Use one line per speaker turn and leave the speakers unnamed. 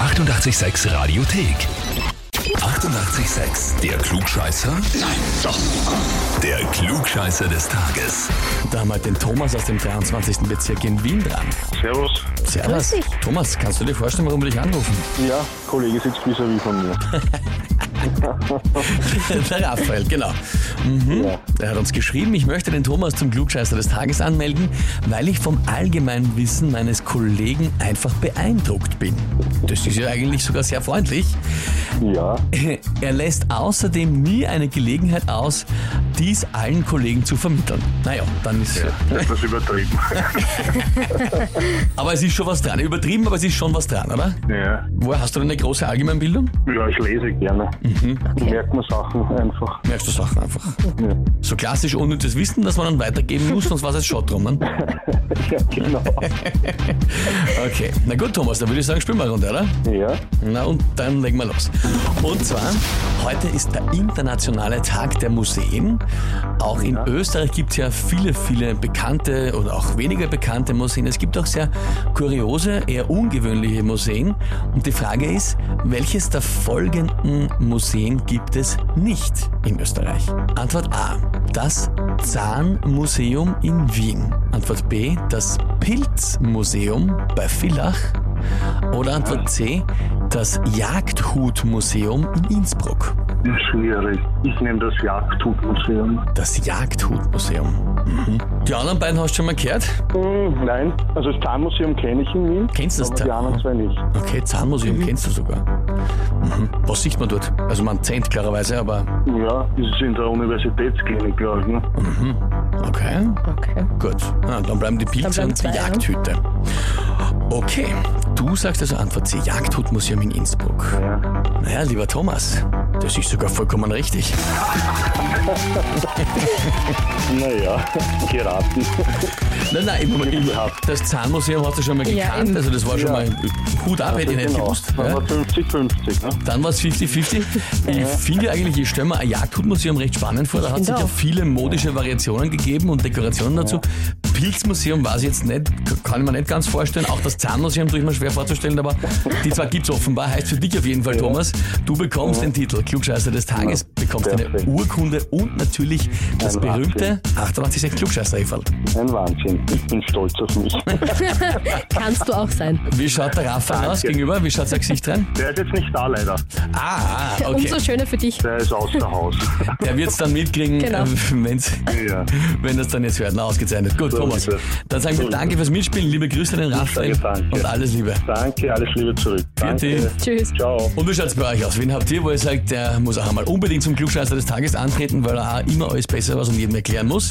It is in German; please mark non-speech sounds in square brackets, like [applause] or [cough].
886 Radiothek. 88,6. Der Klugscheißer? Nein, doch. Der Klugscheißer des Tages.
Da haben wir den Thomas aus dem 23. Bezirk in Wien dran.
Servus.
Servus.
Grüß dich.
Thomas, kannst du dir vorstellen, warum wir dich
[laughs]
anrufen?
Ja, Kollege sitzt vis-à-vis von mir.
Der Raphael, genau. Mhm.
Ja.
Er hat uns geschrieben, ich möchte den Thomas zum Klugscheißer des Tages anmelden, weil ich vom Allgemeinwissen meines Kollegen einfach beeindruckt bin. Das ist ja eigentlich sogar sehr freundlich.
Ja,
[laughs] Er lässt außerdem nie eine Gelegenheit aus, dies allen Kollegen zu vermitteln. Naja, dann ist...
etwas übertrieben.
Aber es ist schon was dran. Übertrieben, aber es ist schon was dran, oder?
[laughs] ja.
Woher hast du denn eine große Allgemeinbildung?
ja, ich lese gerne. Da merkt man Sachen einfach. [laughs]
Merkst du Sachen einfach.
Ja,
So klassisch unnützes Wissen, das man dann weitergeben muss, sonst war es Schott drum. ne?
ja genau.
Okay, na gut, Thomas, dann würde ich sagen, spielen wir eine Runde, oder?
ja,
Na und dann legen wir los. Und zwar, heute ist der internationale Tag der Museen. Auch in Österreich gibt es ja viele, viele bekannte oder auch weniger bekannte Museen. Es gibt auch sehr kuriose, eher ungewöhnliche Museen. Und die Frage ist, welches der folgenden Museen gibt es nicht in Österreich? Antwort A. Das Zahnmuseum in Wien. Antwort B. Das Pilzmuseum bei Villach. Oder Antwort C, das Jagdhutmuseum in Innsbruck.
ist schwierig. Ich nehme das Jagdhutmuseum.
Das Jagdhutmuseum. Mhm. Die anderen beiden hast du schon mal gehört?
Hm, nein, also das Zahnmuseum kenne ich in Wien.
Kennst du das
aber die
Zahn-
anderen zwei nicht.
Okay, Zahnmuseum kennst du sogar. Mhm. Was sieht man dort? Also man zähnt klarerweise, aber
Ja, das ist in der Universitätsklinik, glaube ich. Ne?
okay,
Okay.
gut. Ah, dann bleiben die Pilze
bleiben
und die
zwei, ja.
Jagdhüte. Okay, du sagst also Antwort C, Jagdhutmuseum in Innsbruck.
Ja.
Naja, lieber Thomas, das ist sogar vollkommen richtig.
Naja, geraten.
Nein, nein, immer, immer. das Zahnmuseum hast du schon mal
Ja,
gekannt,
eben.
also das war schon
Ja.
mal Hut ab, hätte ich nicht
genau.
gewusst.
Dann
Ja.
war 50-50. Ne?
Dann war es 50-50. Ich finde eigentlich, ich stelle mir ein Jagdhutmuseum recht spannend vor. Da hat es
finde
ja
auch.
viele modische Variationen gegeben und Dekorationen dazu. Pilzmuseum weiß ich jetzt nicht, k- kann ich mir nicht ganz vorstellen. Auch das Zahnmuseum tue ich mir schwer vorzustellen, aber die zwei gibt es offenbar. Heißt für dich auf jeden Fall, Thomas, du bekommst den Titel Klugscheißer des Tages, bekommst
Perfekt.
eine Urkunde und natürlich das
Ein
berühmte 88 klugscheißer -Eferl.
Ein Wahnsinn. Ich bin stolz auf mich.
Kannst du auch sein.
Wie schaut der Raphael aus gegenüber? Wie schaut sein Gesicht
[laughs]
rein?
Der ist jetzt nicht da, leider.
Ah, okay.
Umso schöner für dich.
Der ist außer Haus. [laughs]
Der wird es dann mitkriegen,
Genau.
äh, wenn's,
ja.
wenn das dann jetzt hört. Na, ausgezeichnet. Gut,
So
Thomas.
ist es.
Dann sagen wir
So ist
danke fürs Mitspielen. Liebe Grüße an den Raphael.
sage danke.
Und alles Liebe.
Danke, alles Liebe zurück.
Vierte.
Danke.
Tschüss.
Ciao.
Und wie schaut's bei euch aus? Wen habt ihr, wo ihr sagt, der muss auch einmal unbedingt zum Klugscheißer des Tages antreten, weil er auch immer alles besser was und jedem erklären muss?